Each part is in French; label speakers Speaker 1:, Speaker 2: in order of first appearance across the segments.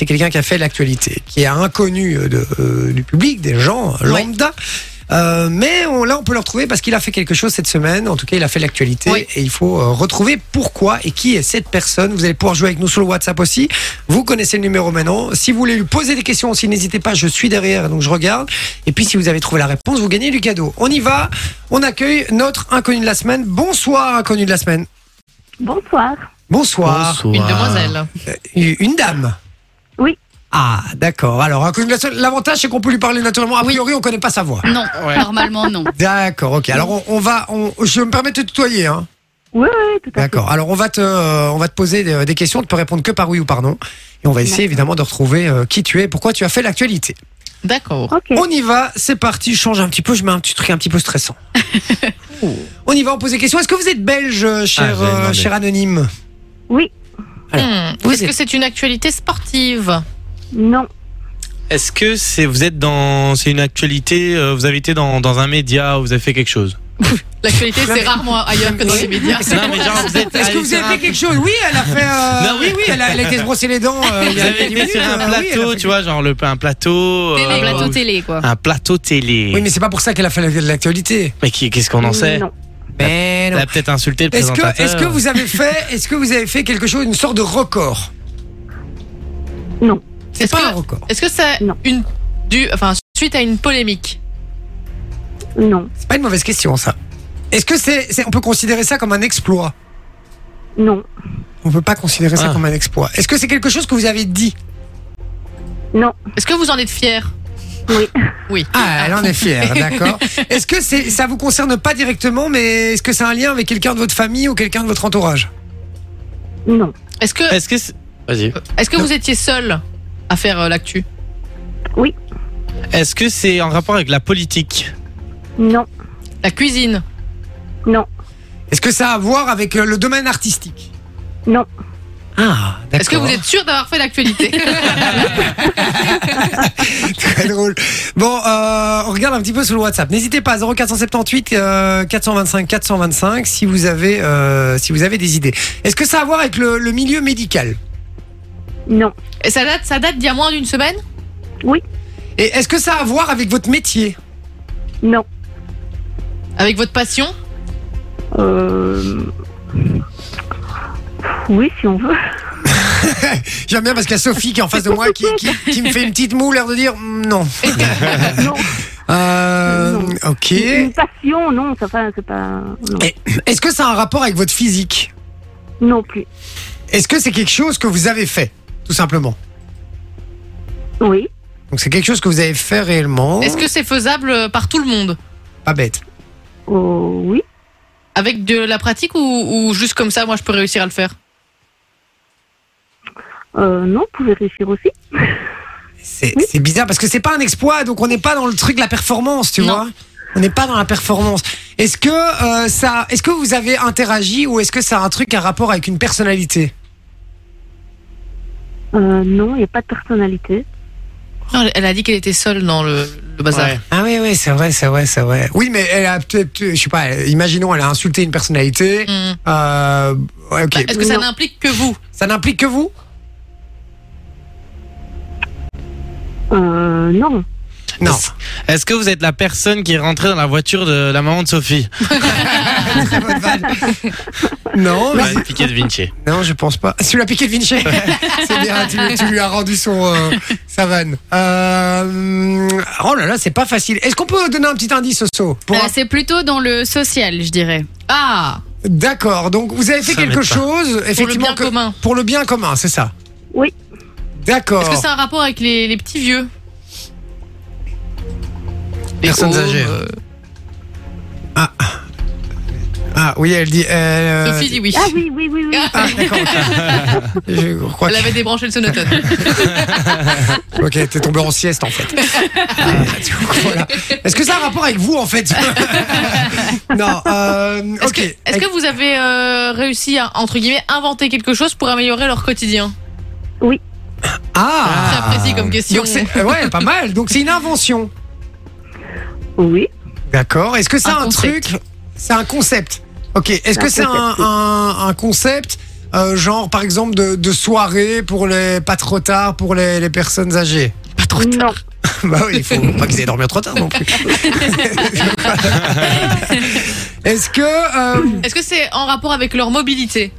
Speaker 1: C'est quelqu'un qui a fait l'actualité, qui est inconnu euh, de, euh, du public, des gens euh,
Speaker 2: Oui.
Speaker 1: lambda. Euh, mais on, là, on peut le retrouver parce qu'il a fait quelque chose cette semaine. En tout cas, il a fait l'actualité
Speaker 2: Oui.
Speaker 1: et il faut euh, retrouver pourquoi et qui est cette personne. Vous allez pouvoir jouer avec nous sur le WhatsApp aussi. Vous connaissez le numéro maintenant. Si vous voulez lui poser des questions aussi, n'hésitez pas. Je suis derrière, donc je regarde. Et puis, si vous avez trouvé la réponse, vous gagnez du cadeau. On y va. On accueille notre inconnu de la semaine. Bonsoir, inconnu de la semaine.
Speaker 3: Bonsoir.
Speaker 1: Bonsoir.
Speaker 2: Une demoiselle.
Speaker 1: Euh, Une dame
Speaker 3: Oui.
Speaker 1: Ah, d'accord. Alors, inconnu de la semaine, l'avantage, c'est qu'on peut lui parler naturellement. A priori, on connaît pas sa voix.
Speaker 4: Non, normalement non.
Speaker 1: D'accord, ok. Alors, on, on va. on- je me permets de te tutoyer. Hein.
Speaker 3: Oui, oui, tout à fait.
Speaker 1: D'accord. Alors, on va, te, euh, on va te poser des, des questions. Tu peux répondre que par oui ou par non. Et on va essayer, évidemment, de retrouver euh, qui tu es, pourquoi tu as fait l'actualité.
Speaker 2: D'accord.
Speaker 3: Ok.
Speaker 1: On y va, c'est parti. Je change un petit peu. Je mets un petit truc un petit peu stressant. Oh. on y va, on pose des questions. Est-ce que vous êtes belge, euh,
Speaker 2: Ah,
Speaker 1: cher,
Speaker 5: j'allais
Speaker 1: euh,
Speaker 5: demander.
Speaker 1: cher anonyme
Speaker 3: Oui.
Speaker 2: Hmm.
Speaker 1: Vous
Speaker 2: Est-ce
Speaker 1: êtes-
Speaker 2: que c'est une actualité sportive
Speaker 3: Non.
Speaker 5: Est-ce que c'est vous êtes dans c'est une actualité euh, vous avez été dans, dans un média où vous avez fait quelque chose
Speaker 2: L'actualité,
Speaker 1: Non, mais-
Speaker 2: c'est rarement ailleurs que dans les médias.
Speaker 1: Ah, C'est-
Speaker 5: Non, mais genre, vous êtes
Speaker 1: Est-ce que
Speaker 5: allé
Speaker 1: vous
Speaker 5: sur
Speaker 1: avez
Speaker 5: un-
Speaker 1: fait quelque chose Oui, elle a fait. euh,
Speaker 5: Non,
Speaker 1: oui,
Speaker 5: mais-
Speaker 1: oui, elle a, elle a été se brosser les dents. euh, il
Speaker 5: Vous
Speaker 1: y a
Speaker 5: avez
Speaker 1: quelques
Speaker 5: été sur
Speaker 1: minutes,
Speaker 5: un
Speaker 1: euh, oui, elle a
Speaker 5: plateau,
Speaker 1: fait-
Speaker 5: tu vois, genre le un plateau
Speaker 2: Télé,
Speaker 5: euh,
Speaker 4: Un plateau
Speaker 5: où-
Speaker 4: télé, quoi.
Speaker 1: Ah,
Speaker 5: un plateau télé.
Speaker 1: Oui, mais c'est pas pour ça qu'elle a fait la- l'actualité.
Speaker 5: Mais qui- qu'est-ce qu'on en sait
Speaker 3: Non.
Speaker 1: Mais
Speaker 5: Elle a peut-être insulté le
Speaker 1: Est-ce
Speaker 5: présentateur.
Speaker 1: que, est-ce que vous avez fait, est-ce que vous avez fait quelque chose, une sorte de record
Speaker 3: Non.
Speaker 1: C'est
Speaker 2: Est-ce
Speaker 1: pas
Speaker 2: que-
Speaker 1: un record.
Speaker 2: Est-ce que c'est
Speaker 3: Non.
Speaker 2: une du enfin suite à une polémique
Speaker 3: Non.
Speaker 1: C'est pas une mauvaise question, ça. Est-ce que c'est, c'est- on peut considérer ça comme un exploit
Speaker 3: Non.
Speaker 1: On peut pas considérer ça
Speaker 5: Ah.
Speaker 1: comme un exploit. Est-ce que c'est quelque chose que vous avez dit
Speaker 3: Non.
Speaker 2: Est-ce que vous en êtes fier
Speaker 3: Oui.
Speaker 2: Oui.
Speaker 1: Ah, elle en est fière, d'accord. Est-ce que c'est, ça vous concerne pas directement, mais est-ce que c'est un lien avec quelqu'un de votre famille ou quelqu'un de votre entourage
Speaker 3: Non.
Speaker 2: Est-ce que
Speaker 5: Est-ce que c'est- Vas-y.
Speaker 2: est-ce que vous étiez seul à faire euh, l'actu
Speaker 5: Est-ce que c'est en rapport avec la politique
Speaker 3: Non.
Speaker 2: La cuisine
Speaker 3: Non.
Speaker 1: Est-ce que ça a à voir avec euh, le domaine artistique
Speaker 3: Non.
Speaker 1: Ah, d'accord.
Speaker 2: Est-ce que vous êtes sûr d'avoir fait l'actualité
Speaker 1: Très drôle. Bon, euh, on regarde un petit peu sur le WhatsApp. N'hésitez pas 0478 euh, 425 425 si vous avez euh, si vous avez des idées. Est-ce que ça a à voir avec le, le milieu médical
Speaker 3: Non.
Speaker 2: Et ça date ça date d'il y a moins d'une semaine
Speaker 1: Et est-ce que ça a à voir avec votre métier
Speaker 3: Non.
Speaker 2: avec votre passion
Speaker 3: Euh... Oui, si on veut.
Speaker 1: J'aime bien parce qu'il y a Sophie qui est en face de moi qui, qui, qui me fait une petite moue l'air de dire mm, non.
Speaker 3: non.
Speaker 1: Euh,
Speaker 3: Non.
Speaker 1: ok.
Speaker 3: Une passion, non. Ça va, c'est pas. Non.
Speaker 1: Et- Est-ce que ça a un rapport avec votre physique
Speaker 3: non plus.
Speaker 1: Est-ce que c'est quelque chose que vous avez fait tout simplement
Speaker 3: Oui.
Speaker 1: Donc c'est quelque chose que vous avez fait réellement.
Speaker 2: Est-ce que c'est faisable euh, par tout le monde
Speaker 1: pas bête
Speaker 3: Oh, oui.
Speaker 2: avec de la pratique ou, ou juste comme ça moi je peux réussir à le faire
Speaker 3: Euh, non, vous pouvez réussir aussi.
Speaker 1: C'est c'est bizarre parce que c'est pas un exploit, donc on n'est pas dans le truc de la performance, tu
Speaker 2: Non.
Speaker 1: vois. On n'est pas dans la performance. Est-ce que euh, ça, est-ce que vous avez interagi ou est-ce que ça a un truc à rapport avec une personnalité
Speaker 3: Euh, non, il n'y a pas de personnalité.
Speaker 2: Oh, Elle a dit qu'elle était seule dans le, le bazar.
Speaker 1: Ah oui, oui, c'est vrai, c'est vrai, c'est vrai. Oui, mais elle a peut-être, euh, je sais pas. Imaginons, elle a insulté une personnalité.
Speaker 2: Hmm.
Speaker 1: Euh, ouais, ok.
Speaker 2: Est-ce que ça
Speaker 3: Non.
Speaker 2: n'implique que vous
Speaker 1: Ça n'implique que vous
Speaker 3: Euh, non.
Speaker 1: Non.
Speaker 5: Est-ce que vous êtes la personne qui est rentrée dans la voiture de la maman de Sophie
Speaker 1: Très bonne vanne. non, mais-
Speaker 5: Piquet de Vinci.
Speaker 1: non, je pense pas. Tu l'as piqué de Vinci. c'est bien, tu, lui- tu lui as rendu son euh, sa vanne. Euh, oh là là, c'est pas facile. Est-ce qu'on peut donner un petit indice, Soso pour
Speaker 4: Euh,
Speaker 1: un-
Speaker 4: c'est plutôt dans le social, je dirais.
Speaker 2: Ah
Speaker 1: D'accord. Donc vous avez fait
Speaker 5: Ça
Speaker 1: quelque
Speaker 5: m'aide pas.
Speaker 1: chose,
Speaker 2: Pour le
Speaker 1: effectivement,
Speaker 2: bien
Speaker 1: que-
Speaker 2: commun.
Speaker 1: pour le bien commun, c'est ça.
Speaker 3: Oui.
Speaker 1: D'accord.
Speaker 2: Est-ce que c'est un rapport avec les, les petits vieux Les
Speaker 1: Personnes
Speaker 2: pauvres,
Speaker 1: âgées.
Speaker 2: euh,
Speaker 1: Ah oui, elle dit. euh,
Speaker 2: Sophie dit oui.
Speaker 3: Ah oui, oui, oui, oui.
Speaker 1: Ah, d'accord. ok. je crois
Speaker 2: Elle
Speaker 1: que-
Speaker 2: avait débranché le sonotone.
Speaker 1: Ok, t'es tombé en sieste en fait. Ah, donc, voilà. Est-ce que ça a un rapport avec vous en fait Non. euh,
Speaker 2: Est-ce
Speaker 1: ok.
Speaker 2: que, est-ce que vous avez euh, réussi à, entre guillemets, inventer quelque chose pour améliorer leur quotidien
Speaker 1: Ah.
Speaker 2: Très précis comme question.
Speaker 1: Donc c'est- euh, ouais, pas mal. Donc c'est une invention.
Speaker 3: Oui.
Speaker 1: D'accord. Est-ce que c'est
Speaker 2: Un
Speaker 1: un,
Speaker 2: concept.
Speaker 1: truc C'est un concept. Ok. Est-ce
Speaker 3: C'est
Speaker 1: que
Speaker 3: un
Speaker 1: c'est un,
Speaker 3: concept, oui.
Speaker 1: un- un concept euh, genre par exemple de, de soirée pour les pas trop tard pour les, les personnes âgées
Speaker 2: Pas trop
Speaker 3: Non.
Speaker 2: tard.
Speaker 1: Bah oui, il faut pas qu'ils aient dormi trop tard non plus. Est-ce que euh,
Speaker 2: Est-ce que c'est en rapport avec leur mobilité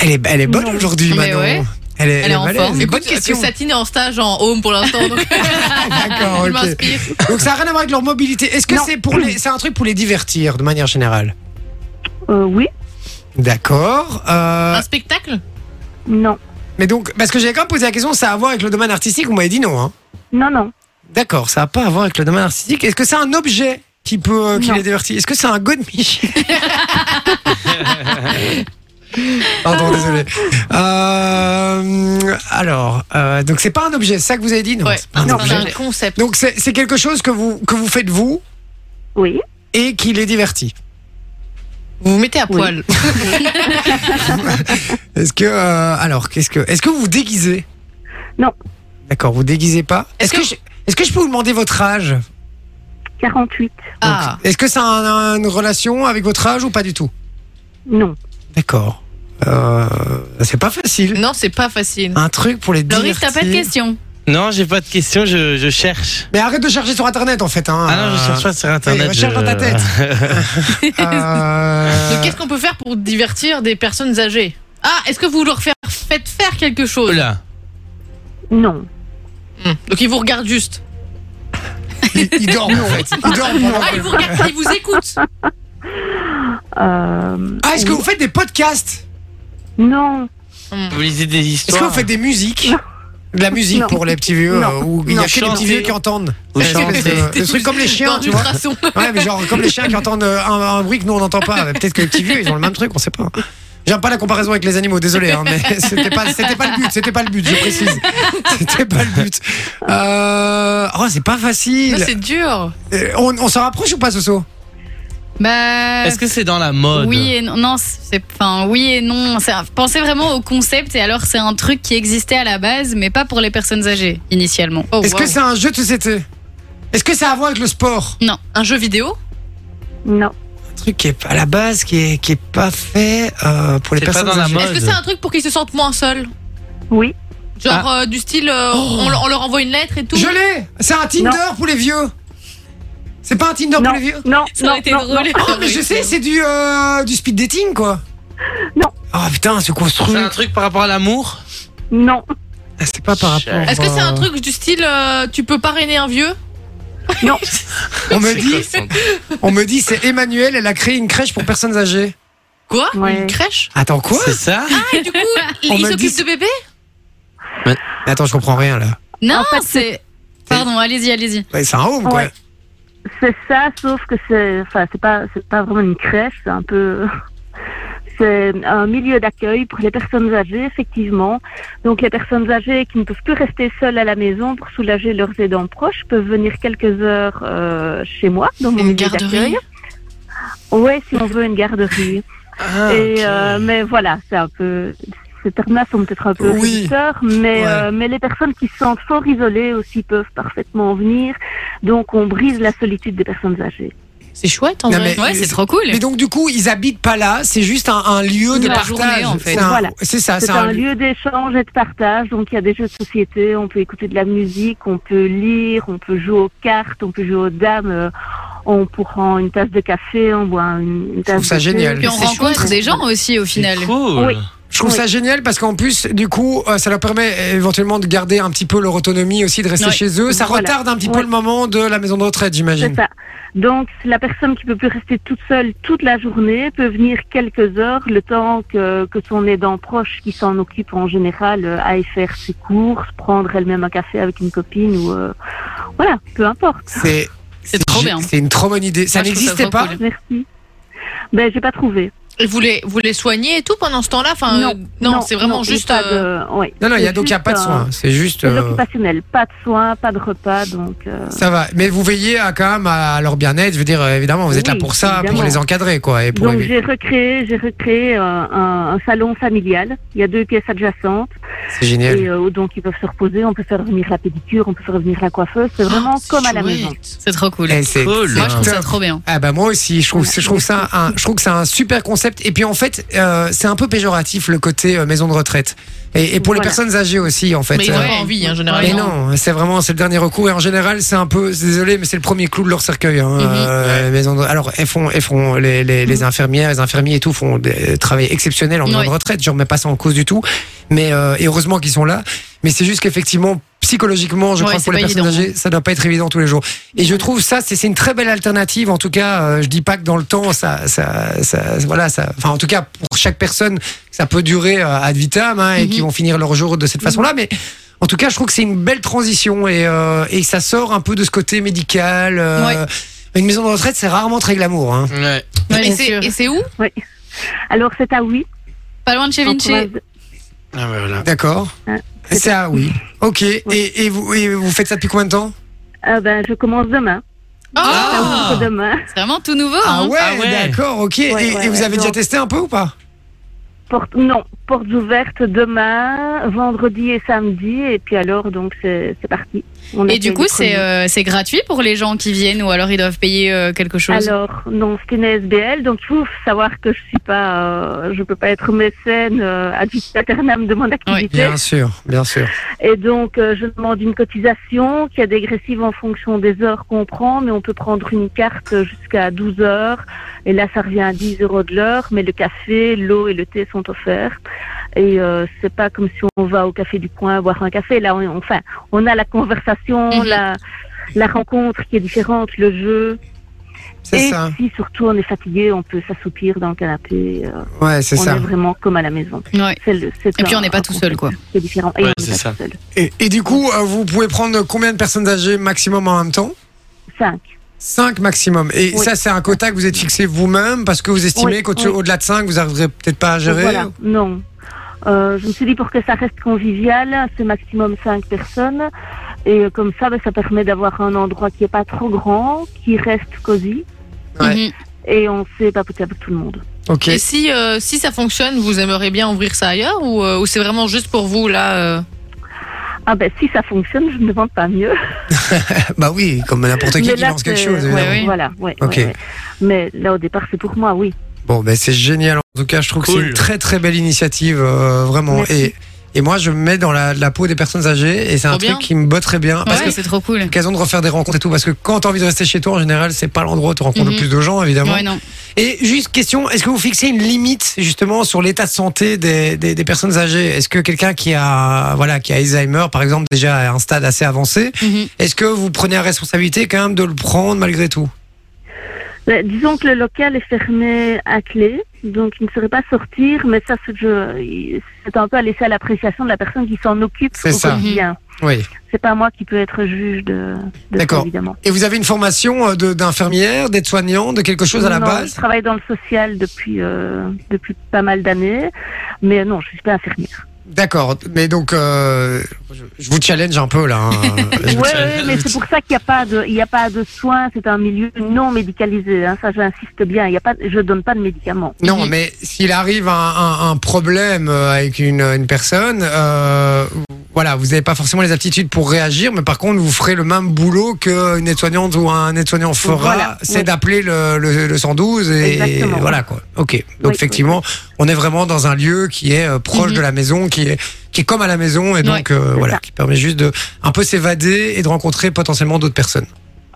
Speaker 1: elle est elle est bonne aujourd'hui
Speaker 4: Mais
Speaker 1: Manon
Speaker 4: ouais.
Speaker 1: Elle est,
Speaker 2: Elle est en
Speaker 1: balèze.
Speaker 2: forme.
Speaker 1: Mais
Speaker 2: Écoute,
Speaker 1: Bonne question.
Speaker 2: parce que Satine est en stage en home pour l'instant. donc
Speaker 1: D'accord, Ah, ok.
Speaker 2: Je m'inspire.
Speaker 1: Donc ça n'a rien à voir avec leur mobilité. Est-ce que
Speaker 3: Non.
Speaker 1: c'est pour les c'est un truc pour les divertir de manière générale
Speaker 3: Euh, oui.
Speaker 1: D'accord. euh,
Speaker 2: Un spectacle
Speaker 3: Non.
Speaker 1: mais donc parce que j'avais quand même posé la question, ça a à voir avec le domaine artistique Vous m'avez dit non. Hein.
Speaker 3: Non, non.
Speaker 1: D'accord, ça n'a pas à voir avec le domaine artistique. Est-ce que c'est un objet qui peut euh, qui
Speaker 3: Non.
Speaker 1: les divertit Est-ce que c'est un godemiche Pardon, désolé. Euh, alors, euh, donc c'est pas un objet, c'est ça que vous avez dit non,
Speaker 2: Ouais.
Speaker 1: c'est pas un
Speaker 2: Non,
Speaker 1: objet.
Speaker 2: c'est un concept.
Speaker 1: Donc c'est c'est quelque chose que vous que vous faites vous
Speaker 3: Oui.
Speaker 1: et qui les divertit.
Speaker 2: Vous vous mettez à
Speaker 3: Oui.
Speaker 2: poil.
Speaker 1: Est-ce que euh, alors qu'est-ce que est-ce que vous vous déguisez
Speaker 3: Non.
Speaker 1: D'accord, vous déguisez pas. Est-ce
Speaker 2: Est-ce
Speaker 1: que,
Speaker 2: que-
Speaker 1: je- est-ce que je peux vous demander votre âge
Speaker 3: 48.
Speaker 2: Ah.
Speaker 1: Est-ce que ça a un- une relation avec votre âge ou pas du tout
Speaker 3: Non.
Speaker 1: D'accord. Euh, c'est pas facile.
Speaker 2: Non, c'est pas facile.
Speaker 1: Un truc pour les
Speaker 4: Loris, t'as
Speaker 1: divertir.
Speaker 4: pas de question.
Speaker 5: Non, j'ai pas de question, je, je cherche.
Speaker 1: Mais arrête de chercher sur internet en fait. Hein.
Speaker 5: Ah non, je cherche pas sur internet.
Speaker 1: recherche
Speaker 5: je-
Speaker 1: dans ta tête. Euh,
Speaker 2: Donc, qu'est-ce qu'on peut faire pour divertir des personnes âgées Ah, est-ce que vous leur faire- faites faire quelque chose
Speaker 5: Oula.
Speaker 3: Non.
Speaker 2: Hmm. Donc, ils vous regardent juste.
Speaker 1: il, il dort en fait. Il dort pendant
Speaker 2: Ah, ils vous regardent, ils vous écoutent.
Speaker 3: Euh,
Speaker 1: Ah, est-ce que vous faites des podcasts
Speaker 3: non.
Speaker 5: Vous lisez des histoires.
Speaker 1: Est-ce que vous faites des musiques De la musique
Speaker 3: Non.
Speaker 1: pour les petits vieux,
Speaker 3: Non.
Speaker 1: euh, où il y a
Speaker 5: Non.
Speaker 1: que les petits
Speaker 5: Chantez.
Speaker 1: vieux qui entendent.
Speaker 5: Vous
Speaker 1: Espèce
Speaker 5: chantez.
Speaker 1: de- Des trucs comme les chiens,
Speaker 2: Dans
Speaker 1: tu vois.
Speaker 2: l'ultrason.
Speaker 1: Ouais, mais genre comme les chiens qui entendent euh, un, un bruit que nous on n'entend pas. Mais Peut-être que les petits vieux ils ont le même truc, on sait pas. J'aime pas la comparaison avec les animaux, désolé, hein, mais c'était pas, c'était pas le but, c'était pas le but, je précise. C'était pas le but. Euh... Oh, c'est pas
Speaker 2: Ça,
Speaker 5: Bah,
Speaker 1: facile.
Speaker 2: C'est dur.
Speaker 1: Euh, On, on s'en rapproche ou pas, Soso
Speaker 4: Bah.
Speaker 5: Est-ce que c'est dans la mode
Speaker 4: Oui et non, non, c'est enfin oui et non. C'est un- Pensez vraiment au concept et alors c'est un truc qui existait à la base, mais pas pour les personnes âgées initialement.
Speaker 2: Oh,
Speaker 1: Est-ce
Speaker 2: wow.
Speaker 1: que c'est un jeu de société Est-ce que ça a à voir avec le sport
Speaker 2: un jeu vidéo
Speaker 3: Non.
Speaker 1: Un truc qui est à la base, qui est, qui est pas fait euh, pour les
Speaker 5: C'est pas
Speaker 1: personnes
Speaker 5: dans la
Speaker 1: âgées.
Speaker 5: mode.
Speaker 2: Est-ce que c'est un truc pour qu'ils se sentent moins seuls
Speaker 3: Oui.
Speaker 2: Genre euh, du style, euh, on, leur- on leur envoie une lettre et tout.
Speaker 1: Ah. Oh. Je l'ai C'est un Tinder pour les vieux C'est pas un Tinder
Speaker 3: Non.
Speaker 1: pour les vieux
Speaker 3: Non.
Speaker 2: Ça
Speaker 3: Non.
Speaker 2: aurait été
Speaker 3: non,
Speaker 2: drôle.
Speaker 3: non.
Speaker 1: Oh, mais je sais, c'est du, euh, du speed dating, quoi
Speaker 3: Non.
Speaker 1: Ah putain, c'est construit.
Speaker 5: C'est un truc par rapport à l'amour
Speaker 3: Non.
Speaker 1: Ah, C'est pas par rapport.
Speaker 2: Est-ce que c'est un
Speaker 1: euh,
Speaker 2: truc du style, euh, tu peux parrainer un vieux
Speaker 1: On me
Speaker 5: C'est quoi
Speaker 1: dit,
Speaker 5: ce truc
Speaker 1: on me dit, c'est Emmanuel, elle a créé une crèche pour personnes âgées.
Speaker 2: Quoi
Speaker 3: Ouais.
Speaker 2: Une crèche
Speaker 1: Attends, quoi
Speaker 5: C'est ça
Speaker 2: Ah, et du coup,
Speaker 1: On
Speaker 2: ils
Speaker 1: m'a dit-
Speaker 2: s'occupent de bébés
Speaker 1: Mais Attends, je comprends rien, là.
Speaker 4: Non,
Speaker 2: hein,
Speaker 4: c'est. Pardon, allez-y, allez-y.
Speaker 1: Ouais, c'est un home, quoi.
Speaker 3: Ouais. C'est ça, sauf que c'est, enfin, c'est pas, c'est pas vraiment une crèche, c'est un peu, c'est un milieu d'accueil pour les personnes âgées, effectivement. Donc, les personnes âgées qui ne peuvent plus rester seules à la maison pour soulager leurs aidants proches peuvent venir quelques heures euh, chez moi, dans mon
Speaker 2: Une
Speaker 3: milieu
Speaker 2: garderie.
Speaker 3: d'accueil. Ouais, si on veut une garderie.
Speaker 5: Ah,
Speaker 3: Et
Speaker 5: ok.
Speaker 3: euh, mais voilà, c'est un peu. Ces termes-là sont peut-être un peu
Speaker 1: Oui.
Speaker 3: réducteurs, mais
Speaker 1: Ouais.
Speaker 3: euh, mais les personnes qui se sentent fort isolées aussi peuvent parfaitement venir. Donc on brise la solitude des personnes âgées.
Speaker 2: C'est chouette en
Speaker 1: Non,
Speaker 2: vrai.
Speaker 1: mais-
Speaker 4: Ouais, c'est trop cool.
Speaker 1: Mais donc, du coup, ils habitent pas là, c'est juste un, un lieu de
Speaker 4: La
Speaker 1: partage.
Speaker 4: journée, en fait.
Speaker 1: C'est un-
Speaker 3: Voilà.
Speaker 1: Ah, C'est ça,
Speaker 3: C'est un lieu d'échange et de partage. Donc il y a des jeux de société, on peut écouter de la musique, on peut lire, on peut jouer aux cartes, on peut jouer aux dames. euh, on prend une tasse de café, on boit une, une tasse
Speaker 1: trouve ça
Speaker 3: de thé.
Speaker 1: génial.
Speaker 4: Puis on
Speaker 1: C'est
Speaker 4: rencontre
Speaker 1: chouette.
Speaker 4: des gens aussi au final.
Speaker 5: C'est Cool.
Speaker 3: Oui.
Speaker 1: Je trouve ça génial parce qu'en plus, du coup, euh, ça leur permet euh, éventuellement de garder un petit peu leur autonomie aussi, de rester
Speaker 4: Ouais.
Speaker 1: chez eux. Ça
Speaker 3: Voilà.
Speaker 1: retarde un petit peu
Speaker 3: Ouais.
Speaker 1: le moment de la maison de retraite,
Speaker 3: C'est
Speaker 2: Mm.
Speaker 1: j'imagine.
Speaker 3: ça. Donc, la personne qui peut plus rester toute seule toute la journée peut venir quelques heures, le temps que, que son aidant proche qui s'en occupe en général euh, aille faire ses courses, prendre elle-même un café avec une copine ou... euh, voilà, peu importe.
Speaker 1: C'est c'est
Speaker 4: trop
Speaker 1: gé-
Speaker 4: bien.
Speaker 1: C'est une trop bonne idée. Ça
Speaker 4: Moi, je trouve ça
Speaker 1: n'existait
Speaker 4: trop
Speaker 1: pas.
Speaker 4: cool.
Speaker 3: Merci. Ben, j'ai pas trouvé.
Speaker 2: Et vous les, vous les soignez et tout pendant ce temps-là enfin,
Speaker 3: Non,
Speaker 2: euh, non, c'est vraiment
Speaker 3: il y a
Speaker 2: juste.
Speaker 3: pas
Speaker 2: euh,
Speaker 3: de- ouais.
Speaker 1: Non, non, il y a
Speaker 3: C'est
Speaker 1: donc il y a
Speaker 3: juste
Speaker 1: pas de
Speaker 3: un-
Speaker 1: soins. C'est juste.
Speaker 3: C'est
Speaker 1: euh,
Speaker 3: l'occupationnel, pas de soins, pas de repas, donc... euh,
Speaker 1: Ça va, mais vous veillez à, quand même à leur bien-être. Je veux dire, euh, évidemment, vous êtes là
Speaker 3: Oui,
Speaker 1: pour ça, pour
Speaker 3: évidemment.
Speaker 1: les encadrer, quoi, et pour
Speaker 3: Donc
Speaker 1: aider.
Speaker 3: j'ai recréé, j'ai recréé euh, un, un salon familial. Il y a deux pièces adjacentes.
Speaker 1: C'est génial.
Speaker 3: Et euh, donc ils peuvent se reposer, on peut faire venir la pédicure, on peut faire venir la coiffeuse,
Speaker 4: Ah,
Speaker 3: c'est vraiment
Speaker 2: Oh, c'est
Speaker 3: comme à la
Speaker 2: chouette.
Speaker 3: maison.
Speaker 4: C'est trop cool.
Speaker 1: Ah, Eh, c'est
Speaker 5: Cool.
Speaker 1: c'est
Speaker 4: Moi, je trouve ça
Speaker 1: top.
Speaker 4: trop bien.
Speaker 1: Ah bah moi aussi, je trouve, je trouve ça, un, je trouve que c'est un super concept. concept. Et puis en fait, euh, c'est un peu péjoratif le côté euh, maison de retraite. Et, et pour les
Speaker 3: Voilà.
Speaker 1: personnes âgées aussi, en fait.
Speaker 2: Mais ils ont
Speaker 1: Euh,
Speaker 2: pas envie, hein,
Speaker 1: mais
Speaker 2: généralement.
Speaker 1: non, c'est vraiment c'est le dernier recours et en général c'est un peu c'est désolé mais c'est le premier clou de leur cercueil. Hein, euh, les maisons de- alors elles font, elles font les, les, les infirmières, les infirmiers et tout font des euh, travail exceptionnel en maison
Speaker 4: Ouais.
Speaker 1: de retraite. Je remets pas ça en cause du tout, mais euh, et heureusement qu'ils sont là. Mais c'est juste qu'effectivement psychologiquement je
Speaker 4: Ouais,
Speaker 1: crois que
Speaker 4: c'est
Speaker 1: pour les
Speaker 4: pas
Speaker 1: personnes
Speaker 4: évident. hein.
Speaker 1: âgées ça doit pas être évident tous les jours. Et je trouve ça c'est c'est une très belle alternative en tout cas. euh, je dis pas que dans le temps ça ça, ça voilà ça. Enfin en tout cas pour chaque personne ça peut durer euh, ad vitam hein, et
Speaker 4: Mhm.
Speaker 1: qui vont finir leur jour de cette façon-là. Mais en tout cas, je trouve que c'est une belle transition et, euh, et ça sort un peu de ce côté médical. euh,
Speaker 4: Ouais.
Speaker 1: Une maison de retraite, c'est rarement très glamour. Hein.
Speaker 5: Ouais.
Speaker 4: Ouais,
Speaker 2: Et
Speaker 4: bien
Speaker 2: c'est-
Speaker 4: sûr.
Speaker 2: Et c'est où
Speaker 3: Alors c'est à oui.
Speaker 4: Pas loin de chez Vinci.
Speaker 5: Ah, bah, voilà.
Speaker 1: D'accord.
Speaker 3: Ouais.
Speaker 1: C'est ah oui. Ok. Et, et vous, et vous faites ça depuis combien de temps
Speaker 3: Euh, ben, je commence demain. Ça
Speaker 5: Ah.
Speaker 3: ouvre demain.
Speaker 4: C'est vraiment tout nouveau.
Speaker 1: ah,
Speaker 4: hein.
Speaker 1: ouais,
Speaker 5: Ah ouais.
Speaker 1: D'accord. Ok. et,
Speaker 3: ouais,
Speaker 1: et vous
Speaker 3: ouais,
Speaker 1: avez déjà
Speaker 3: non.
Speaker 1: testé un peu ou pas
Speaker 3: Porte, non, portes ouvertes demain, vendredi et samedi. Et puis alors, donc, c'est c'est parti. On
Speaker 4: Et
Speaker 3: accueille
Speaker 4: du
Speaker 3: les
Speaker 4: coup, c'est
Speaker 3: premiers.
Speaker 4: euh, c'est gratuit pour les gens qui viennent ou alors ils doivent payer euh, quelque chose.
Speaker 3: Alors, non, c'est une SBL, donc il faut savoir que je suis pas, euh, je peux pas être mécène euh, ad vitam aeternam de mon activité.
Speaker 1: sûr, bien sûr.
Speaker 3: Et donc, euh, je demande une cotisation qui est dégressive en fonction des heures qu'on prend, mais on peut prendre une carte jusqu'à 12 heures. Et là, ça revient à 10 euros de l'heure, mais le café, l'eau et le thé sont offerts. Et euh, c'est pas comme si on va au café du coin boire un café. Là, on, enfin, on a la conversation,
Speaker 4: Mhm.
Speaker 3: la, la rencontre qui est différente, le jeu.
Speaker 1: C'est
Speaker 3: et
Speaker 1: ça.
Speaker 3: si surtout on est fatigué, on peut s'assoupir dans le canapé. euh,
Speaker 1: Ouais, c'est
Speaker 3: on
Speaker 1: ça.
Speaker 3: est vraiment comme à la maison.
Speaker 4: Ouais.
Speaker 3: C'est le- c'est
Speaker 4: Et puis
Speaker 3: un-
Speaker 4: on n'est pas
Speaker 3: un
Speaker 4: tout seul, quoi.
Speaker 3: concept qui est différent. Et
Speaker 5: Ouais,
Speaker 3: on n'est
Speaker 5: c'est
Speaker 3: pas
Speaker 5: ça.
Speaker 3: tout seul.
Speaker 1: Et, et du coup, euh, vous pouvez prendre combien de personnes âgées maximum en même temps
Speaker 3: Cinq.
Speaker 1: 5 maximum. Et
Speaker 3: Oui.
Speaker 1: ça, c'est un quota que vous êtes fixé vous-même parce que vous estimez
Speaker 3: Oui,
Speaker 1: qu'au-dessus-
Speaker 3: oui.
Speaker 1: au-delà de 5, vous n'arriverez peut-être pas à gérer.
Speaker 3: Voilà, non. Euh, je me suis dit pour que ça reste convivial, c'est maximum 5 personnes. Et euh, comme ça, ben, ça permet d'avoir un endroit qui est pas trop grand, qui reste cosy.
Speaker 1: Ouais.
Speaker 4: Mhm.
Speaker 3: Et on sait papoter avec tout le monde.
Speaker 1: Ok.
Speaker 2: Et si, euh, si ça fonctionne, vous aimeriez bien ouvrir ça ailleurs ou, euh, ou c'est vraiment juste pour vous là euh
Speaker 3: Ah ben si ça fonctionne, je ne demande pas mieux.
Speaker 1: Bah oui, comme n'importe qui
Speaker 3: Mais
Speaker 1: qui
Speaker 3: là,
Speaker 1: lance quelque
Speaker 3: c'est-
Speaker 1: chose.
Speaker 3: euh,
Speaker 1: évidemment.
Speaker 3: ouais,
Speaker 2: oui.
Speaker 3: Voilà, ouais,
Speaker 1: Ok.
Speaker 3: ouais, ouais. Mais là au départ, c'est pour moi, oui.
Speaker 1: Bon, ben c'est génial. En tout cas, je trouve que
Speaker 5: Cool.
Speaker 1: c'est une très très belle initiative, euh, vraiment.
Speaker 3: Merci.
Speaker 1: Et, et moi, je me mets dans la, la peau des personnes âgées et c'est un
Speaker 2: Trop
Speaker 1: truc
Speaker 2: bien.
Speaker 1: qui me botterait bien. Parce
Speaker 4: Ouais,
Speaker 1: que
Speaker 4: c'est trop cool.
Speaker 1: l'occasion de refaire des rencontres et tout. Parce que quand t'as envie de rester chez toi, en général, c'est pas l'endroit où tu rencontres
Speaker 4: Mhm.
Speaker 1: le plus de gens, évidemment.
Speaker 4: Ouais, non.
Speaker 1: Et juste question, est-ce que vous fixez une limite justement sur l'état de santé des, des, des personnes âgées Est-ce que quelqu'un qui a voilà qui a Alzheimer par exemple déjà à un stade assez avancé,
Speaker 4: Mhm.
Speaker 1: est-ce que vous prenez la responsabilité quand même de le prendre malgré tout
Speaker 3: Ben, disons que le local est fermé à clé, donc il ne saurait pas sortir, mais ça c'est je- c'est un peu à laisser à l'appréciation de la personne qui s'en occupe
Speaker 1: C'est
Speaker 3: au
Speaker 1: ça.
Speaker 3: quotidien.
Speaker 1: Oui.
Speaker 3: C'est pas moi qui peux être juge de, de ça,
Speaker 1: D'accord.
Speaker 3: évidemment.
Speaker 1: Et vous avez une formation euh, de- d'infirmière, d'aide-soignant, de quelque chose à la
Speaker 3: Non, Je
Speaker 1: base
Speaker 3: travaille dans le social depuis, euh, depuis pas mal d'années, mais non, je suis pas infirmière.
Speaker 1: D'accord. Mais donc euh, je, je vous challenge un peu là. hein.
Speaker 3: Oui,
Speaker 1: Je vous challenge.
Speaker 3: mais c'est pour ça qu'il n'y a pas de, il y a pas de soins. C'est un milieu non médicalisé. Hein, ça, j'insiste bien. Il y a pas, je donne pas de médicaments.
Speaker 1: Non, mais s'il arrive un, un- un problème euh, avec une, une personne, euh, voilà, vous n'avez pas forcément les aptitudes pour réagir, mais par contre, vous ferez le même boulot qu'une aide-soignante ou un aide-soignant fera,
Speaker 3: Voilà,
Speaker 1: c'est
Speaker 3: oui.
Speaker 1: d'appeler le, le, le 112 et
Speaker 3: Exactement.
Speaker 1: voilà quoi. Ok, donc
Speaker 3: Oui,
Speaker 1: effectivement, on est vraiment dans un lieu qui est euh, proche
Speaker 4: Mhm.
Speaker 1: de la maison, qui est qui est comme à la maison et donc euh, voilà,
Speaker 3: ça.
Speaker 1: qui permet juste de un peu s'évader et de rencontrer potentiellement d'autres personnes.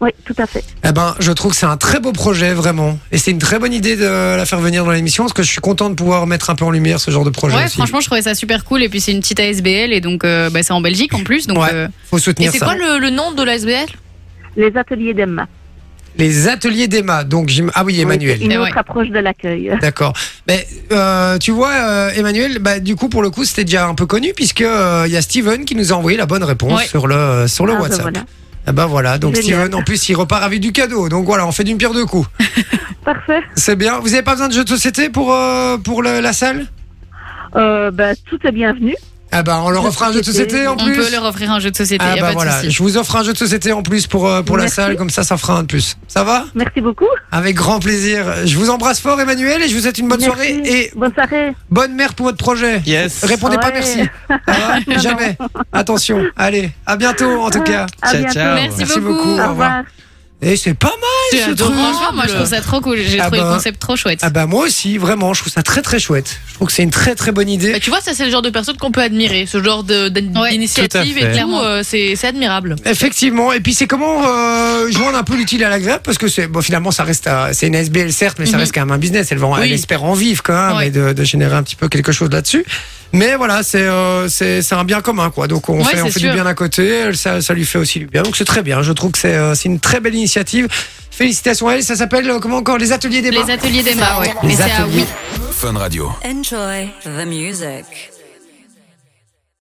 Speaker 3: Oui, tout à fait.
Speaker 1: Eh ben, je trouve que c'est un très beau projet, vraiment. Et c'est une très bonne idée de la faire venir dans l'émission, parce que je suis content de pouvoir mettre un peu en lumière ce genre de projet
Speaker 4: Ouais,
Speaker 1: aussi.
Speaker 4: franchement, je trouvais ça super cool. Et puis, c'est une petite ASBL. Et donc, euh, bah, c'est en Belgique en plus. Donc,
Speaker 1: Ouais.
Speaker 4: euh,
Speaker 1: Faut
Speaker 2: Et
Speaker 1: soutenir
Speaker 2: c'est
Speaker 1: ça.
Speaker 2: quoi le, le nom de l'ASBL
Speaker 3: Les ateliers d'Emma.
Speaker 1: Les ateliers d'Emma. Donc, j'im- ah oui, Emmanuel.
Speaker 3: Oui, une
Speaker 4: Eh
Speaker 3: autre
Speaker 4: ouais.
Speaker 3: approche de l'accueil.
Speaker 1: D'accord. Mais euh, tu vois, euh, Emmanuel, bah, du coup, pour le coup, c'était déjà un peu connu, puisque euh, il y a Steven qui nous a envoyé la bonne réponse
Speaker 4: Ouais.
Speaker 1: sur le euh, sur le
Speaker 3: Ah, ben
Speaker 1: WhatsApp.
Speaker 3: voilà.
Speaker 1: Eh ben voilà. Donc
Speaker 3: Génial.
Speaker 1: Steven, en plus, il repart avec du cadeau. Donc voilà, on fait d'une pierre deux coups.
Speaker 3: Parfait.
Speaker 1: C'est bien. Vous avez pas besoin de jeux de société pour euh, pour le- la salle
Speaker 3: Euh, bah, tout est bienvenu.
Speaker 1: Ah ben, on leur
Speaker 3: Jeux de
Speaker 1: offre un jeu de
Speaker 3: société,
Speaker 1: société en
Speaker 4: on
Speaker 1: plus.
Speaker 4: peut leur offrir un jeu de société.
Speaker 1: Ah
Speaker 4: y a
Speaker 1: bah
Speaker 4: pas de
Speaker 1: voilà,
Speaker 4: souci.
Speaker 1: je vous offre un jeu de société en plus pour, euh, pour la
Speaker 3: Merci.
Speaker 1: salle, comme ça ça fera un de plus. Ça va
Speaker 3: Merci beaucoup.
Speaker 1: Avec grand plaisir. Je vous embrasse fort Emmanuel et je vous souhaite une bonne
Speaker 3: Merci.
Speaker 1: soirée et
Speaker 3: Bonne soirée.
Speaker 1: bonne mère pour votre projet.
Speaker 5: Yes.
Speaker 1: Répondez pas
Speaker 3: Ouais.
Speaker 1: merci. Ça va Jamais. Attention. Allez, à bientôt en tout cas.
Speaker 3: À
Speaker 5: Ciao,
Speaker 3: bientôt.
Speaker 5: ciao.
Speaker 4: Merci,
Speaker 1: Merci beaucoup.
Speaker 4: beaucoup.
Speaker 1: Au
Speaker 3: Au
Speaker 1: revoir.
Speaker 3: revoir.
Speaker 1: Et c'est pas mal
Speaker 2: C'est
Speaker 1: ce truc.
Speaker 2: adorable.
Speaker 4: Euh, Franchement, moi je trouve ça trop cool. J'ai
Speaker 1: Ah
Speaker 4: trouvé
Speaker 1: bah.
Speaker 4: le concept trop chouette.
Speaker 1: Ah bah moi aussi, vraiment, je trouve ça très très chouette. Je trouve que c'est une très très bonne idée.
Speaker 2: Bah, tu vois, ça c'est le genre de personne qu'on peut admirer, ce genre de- d'in-
Speaker 4: Ouais,
Speaker 5: tout à fait.
Speaker 2: d'initiative et tout,
Speaker 4: Clairement.
Speaker 2: euh, c'est c'est admirable.
Speaker 1: Effectivement. Et puis c'est comment euh, joindre un peu l'utile à l'agréable parce que c'est bon finalement ça reste euh, c'est une SBL certes mais ça
Speaker 4: Mhm.
Speaker 1: reste quand même un business. Elle, vend, elle
Speaker 2: Oui.
Speaker 1: espère en vivre quand même
Speaker 4: Ouais.
Speaker 1: et de, de générer un petit peu quelque chose là-dessus. Mais voilà c'est euh, c'est c'est un bien commun quoi. Donc on
Speaker 2: Ouais,
Speaker 1: fait on
Speaker 2: c'est
Speaker 1: fait du
Speaker 2: sûr.
Speaker 1: bien d'un côté, elle, ça ça lui fait aussi du bien. Donc c'est très bien. Je trouve que c'est euh, c'est une très belle initiative. Félicitations à elle. Ça s'appelle euh, comment encore les ateliers des
Speaker 4: Les ateliers d'Emma, ouais.
Speaker 1: Les
Speaker 4: Et c'est à
Speaker 1: ateliers.
Speaker 4: oui.
Speaker 6: Fun Radio.
Speaker 7: Enjoy the music.